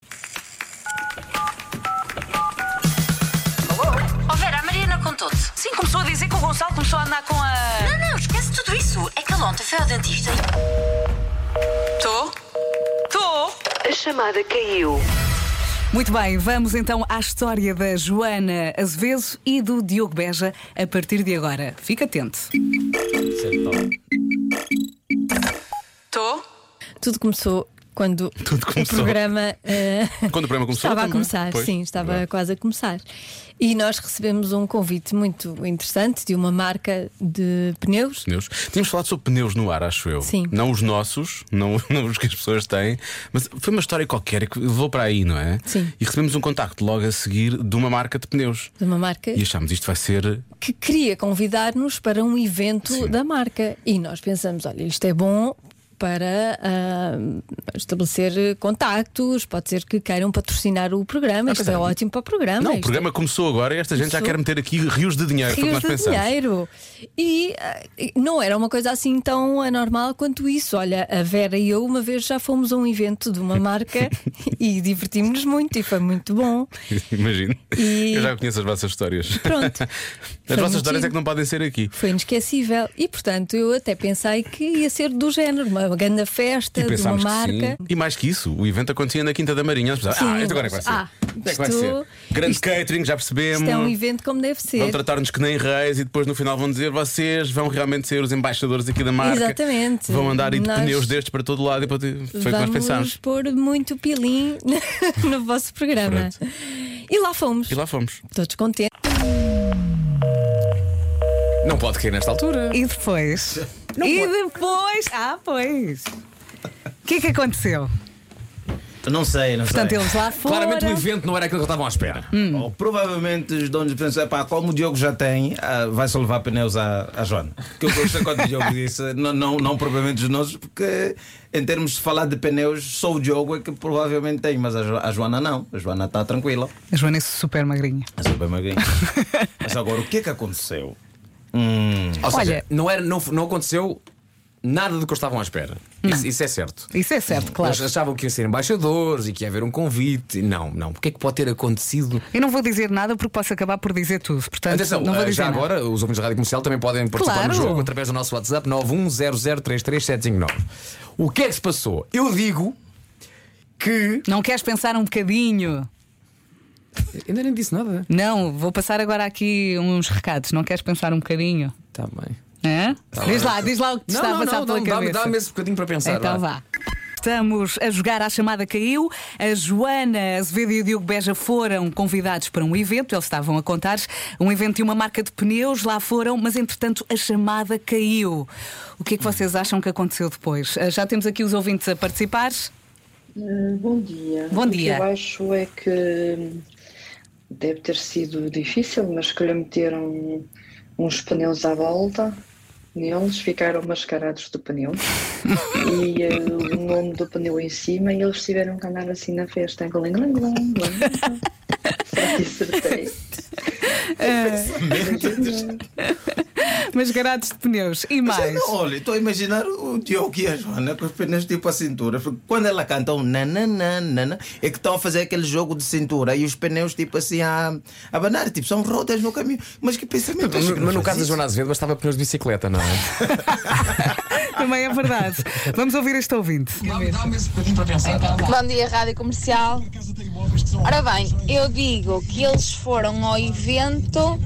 Oh, Gonçalo começou a andar com a. Não, não, esquece tudo isso. É que ele ontem foi ao dentista e. Tô? Tô? A chamada caiu. Muito bem, vamos então à história da Joana Azevedo e do Diogo Beja a partir de agora. Fica atento. Tô? Tudo começou quando Tudo começou. o programa eh, Quando o programa começou. estava a também. começar. Pois, Sim, estava verdade. quase a começar. E nós recebemos um convite muito interessante de uma marca de pneus. Pneus. Tínhamos falado sobre pneus no ar, acho eu. Sim. Não os nossos, não, não os que as pessoas têm, mas foi uma história qualquer que levou para aí, não é? Sim. E recebemos um contacto logo a seguir de uma marca de pneus. De uma marca E achámos isto vai ser. que queria convidar-nos para um evento Sim. da marca. E nós pensamos: olha, isto é bom para ah, estabelecer contactos, pode ser que queiram patrocinar o programa, isto é pois é. ótimo para o programa. não, o isto- programa começou agora e esta gente já Começou. quer meter aqui rios de dinheiro, foi o que Rios de nós pensamos. dinheiro. E ah, e não era uma coisa assim tão anormal quanto isso. Olha, a Vera e eu uma vez já fomos a um evento de uma marca e divertimos-nos muito e foi muito bom. Imagino. E- Eu já conheço as vossas histórias. Pronto. As Foi vossas muito histórias é giro. que não podem ser aqui. Foi inesquecível. E portanto, eu até pensei que ia ser do género, uma grande festa E de uma pensámos que marca. sim. E mais que isso, o evento acontecia na Quinta da Marinha. Nós pensámos, Sim, ah, isto agora é que vai ser. ah, Isto é que vai isto- ser. Grande isto- catering, já percebemos. Isto é um evento como deve Vão ser. tratar-nos que nem reis e depois no final vão dizer vocês vão realmente ser os embaixadores aqui da marca. Exatamente. Vão andar e de Nós- pneus destes para todo lado e para... foi o que nós Vamos pensámos. pôr muito pilim no vosso programa. Pronto. E lá fomos. E lá fomos. Todos contentes. Não pode cair nesta altura. E depois? e depois? Ah, pois. O que é que aconteceu? Não sei, não Portanto, sei. eles lá foram. Claramente o evento não era aquilo que estavam à espera. Ou provavelmente os donos pensam, pá, como o Diogo já tem, ah, vai-se levar pneus à, à Joana. Que eu gostei quando o Diogo disse, não, não, não provavelmente os nossos, porque em termos de falar de pneus, só o Diogo é que provavelmente tem, mas a, Jo- a Joana não. A Joana está tranquila. A Joana é super magrinha. É super magrinha. mas agora, o que é que aconteceu? Hum, Ou seja, Olha- não, era, não, não aconteceu nada do que eles estavam à espera. Isso, isso é certo. Isso é certo, claro. Eles achavam que iam ser embaixadores e que ia haver um convite. Não, não. O que é que pode ter acontecido? Eu não vou dizer nada porque posso acabar por dizer tudo. Portanto, Atenção, não vou eh, dizer já nada. agora os ouvintes da Rádio Comercial também podem participar Claro. no jogo através do nosso WhatsApp 910033759. O que é que se passou? Eu digo que. Não queres pensar um bocadinho? Ainda nem disse nada. Não, vou passar agora aqui uns recados. Não queres pensar um bocadinho? Está bem. Hã? Tá diz lá, diz lá o que te está a passar pela dá-me cabeça. dá-me esse bocadinho para pensar. Então vá. Estamos a jogar à chamada caiu. A Joana Azevedo e o Diogo Beja foram convidados para um evento, eles estavam a contar, um evento de uma marca de pneus, lá foram, mas entretanto a chamada caiu. O que é que vocês acham que aconteceu depois? Ah, Já temos aqui os ouvintes a participar. Uh, Bom dia. Bom O dia. que eu acho é que hum, deve ter sido difícil, mas que lhe meteram uns pneus à volta neles, ficaram mascarados de pneu e uh, o nome do pneu em cima e eles tiveram que andar assim na festa. Gling, gling, gling, gling. Será que acertei? Mas garados de pneus e mais. é Não, olha, estou a imaginar o Diogo e a Joana com os pneus tipo a cintura. Porque quando ela canta um nananana, é que estão a fazer aquele jogo de cintura e os pneus tipo assim a, a abanar, tipo, são rodas no caminho. Mas que pensamento é Mas esse no- que mas não no faz caso da isso? Joana Azevedo bastava pneus de bicicleta, não é? Também é verdade. Vamos ouvir este ouvinte. Bom dia, Rádio Comercial. Ora bem, eu digo que eles foram ao evento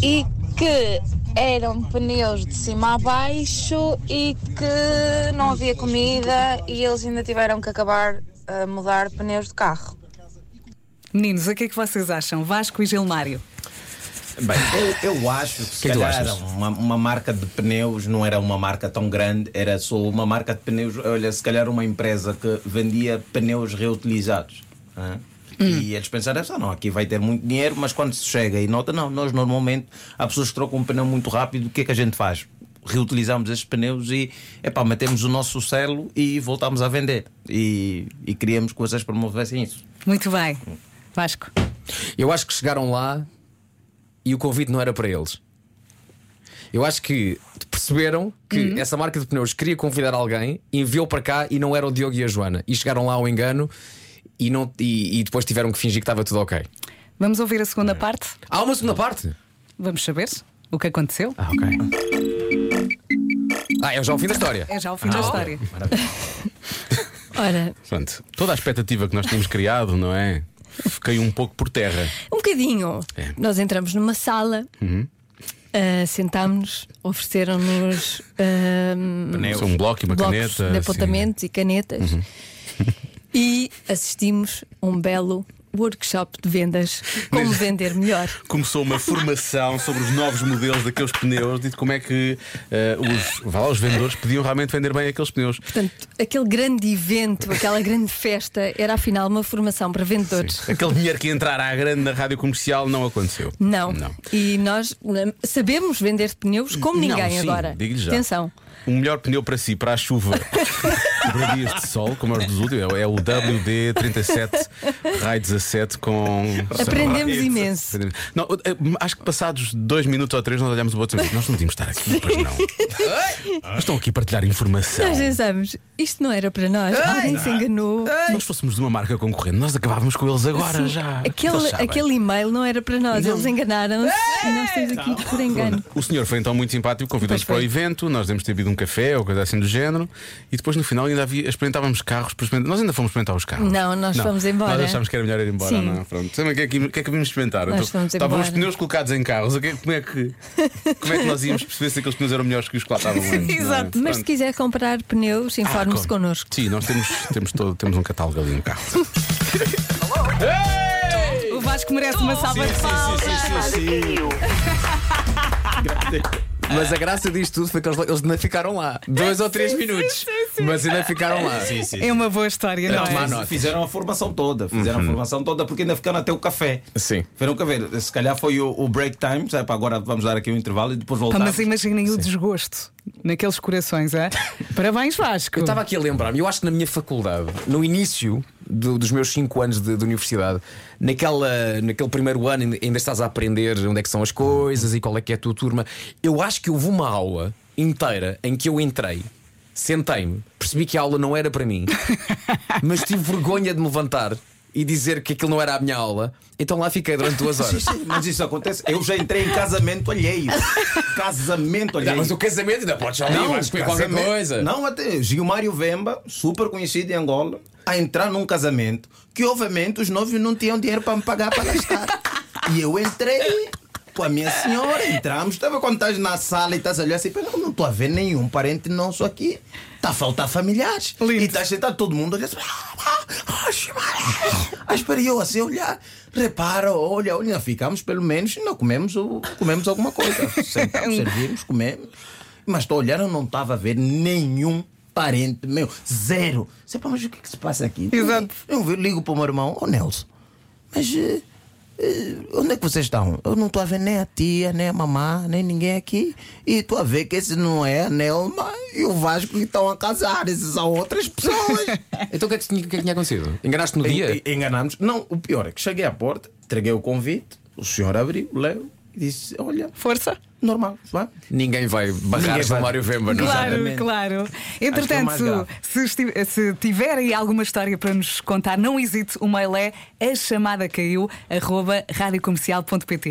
e que eram pneus de cima a baixo e que não havia comida e eles ainda tiveram que acabar a mudar pneus de carro. Meninos, o que é que vocês acham? Vasco e Gilmário. Bem, eu, eu acho que se que tu calhar achas? uma, uma marca de pneus não era uma marca tão grande, era só uma marca de pneus. Olha, se calhar uma empresa que vendia pneus reutilizados. hã? E eles pensaram, ah, não, aqui vai ter muito dinheiro, mas quando se chega e nota, não, nós normalmente há pessoas que trocam um pneu muito rápido, o que é que a gente faz? Reutilizamos esses pneus e epá, metemos o nosso selo e voltamos a vender. E, e queríamos que vocês promovessem isso. Muito bem. Vasco. Eu acho que chegaram lá e o convite não era para eles. Eu acho que perceberam que essa marca de pneus queria convidar alguém, enviou para cá e não era o Diogo e a Joana. E chegaram lá ao engano e, não, e, e depois tiveram que fingir que estava tudo ok. Vamos ouvir a segunda parte? Há uma segunda parte? Vamos saber? o que aconteceu. Ah, ok. Ah, é já o fim da história. É já o fim da história. Ora, Pronto, toda a expectativa que nós tínhamos criado, não é? Caiu um pouco por terra. um bocadinho. É. Uhum. Nós entramos numa sala, ah, sentámos-nos, ofereceram-nos ahm, Só um bloco e uma blocos caneta. de assim. apontamentos e canetas Uhum. e assistimos a um belo workshop de vendas. Como vender melhor. Começou uma formação sobre os novos modelos daqueles pneus e de como é que eh, os, vá lá, os vendedores podiam realmente vender bem aqueles pneus. Portanto, aquele grande evento, aquela grande festa, era afinal uma formação para vendedores. Aquele dinheiro que ia entrar à grande na rádio comercial não aconteceu. Não. Não. E nós hum, sabemos vender pneus como ninguém Não, sim, agora. digo-lhe já. Atenção. O melhor pneu para si, para a chuva, para dias de sol, como é os dos últimos, é o WD37 raio 17 com. Aprendemos imenso. Não, eh, acho que passados dois minutos ou três nós olhámos o outro e dissemos, nós não devíamos estar aqui, pois não. Nós estão aqui a partilhar informação. Nós pensamos, isto não era para nós. Alguém se enganou. Se nós fôssemos de uma marca concorrente, nós acabávamos com eles agora Sim, Então já. Eles Aquele, sabem. aquele e-mail não era para nós. Eles enganaram-se e nós estamos aqui por engano. O senhor foi então muito simpático, convidou-nos Pois para o foi. evento, nós devemos ter bebido um café ou coisa assim do género, e depois no final ainda havia, experimentávamos carros, para experimentar- nós ainda fomos experimentar os carros. Não, nós fomos embora. Nós achámos que era melhor ir embora, Sim. não? Pronto. Sabe o que é que, o que é que vimos experimentar? Nós fomos estavam os embora. pneus colocados em carros, o que é- como, é que, como é que nós íamos perceber se aqueles pneus eram melhores que os que lá estavam antes? não é? Exato. Mas se Pronto. quiser comprar pneus, informe-se com- connosco. Sim, nós temos, temos, todo, temos um catálogo ali no carro. Ei! O Vasco merece uma salva de palmas. chamada caiu. Mas a graça disto tudo foi que eles, eles ainda ficaram lá. Dois ou três minutos. Mas ainda ficaram lá. Sim, sim. É uma boa história, não Não, é? mas- Fiz- nota. Fizeram a formação toda, fizeram a formação toda porque ainda ficaram até o café. Sim. Fizeram o café. Se calhar foi o, o break time, sabe? pá, Agora vamos dar aqui um intervalo e depois Pá, voltamos. Mas imaginem o desgosto naqueles corações, é? Parabéns, Vasco. Eu estava aqui a lembrar-me, eu acho que na minha faculdade, no início do- dos meus 5 anos de, de universidade, naquela, naquele primeiro ano ainda- ainda estás a aprender onde é que são as coisas e qual é que é a tua turma, eu acho que houve uma aula inteira em que eu entrei, sentei-me, percebi que a aula não era para mim, mas tive vergonha de me levantar e dizer que aquilo não era a minha aula, então lá fiquei durante duas Sim, horas. sim, mas isso acontece. Eu já entrei em casamento alheio. Casamento alheio. Não, mas o casamento ainda podes ali, vais comer qualquer casamento- coisa. Não, até Gilmário Vemba, super conhecido em Angola, a entrar num casamento que, obviamente, os noivos não tinham dinheiro para me pagar para gastar. e eu entrei com a minha senhora, entramos, estava quando estás na sala e estás a olhar assim, "Pera, não estou a ver nenhum parente nosso aqui. Está a faltar familiares. E estás sentado todo mundo olha assim. "Ah, ah, ah, Gilmário." Ah, espera, e eu assim a olhar. Repara, olha, olha, ficamos pelo menos, não comemos, o- comemos alguma coisa. Sentamos, servimos, comemos. Mas estou olhando, eu não estava a ver nenhum parente meu. Zero. Você pá, mas o que, é que se passa aqui? Exato. Eu vi- ligo para o meu irmão, ô Nelson, mas eh, eh, onde é que vocês estão? Eu não estou a ver nem a tia, nem a mamá, nem ninguém aqui. E estou a ver que esse não é a Nelma e o Vasco que estão a casar. Esses são outras pessoas. Então o que é que tinha, o que é que tinha acontecido? Enganaste no dia? E- e- Enganamos. Não, o pior é que cheguei à porta, entreguei o convite, o senhor abriu, leu e disse: Olha, Força. normal, vamos. Ninguém vai barrar Ninguém vai. o Mário Vemba, não é? Claro, Exatamente. claro. mais Entretanto, grave. se, esti- se tiver aí alguma história para nos contar, não hesite, o mail é a chamada caiu, arroba radiocomercial.pt.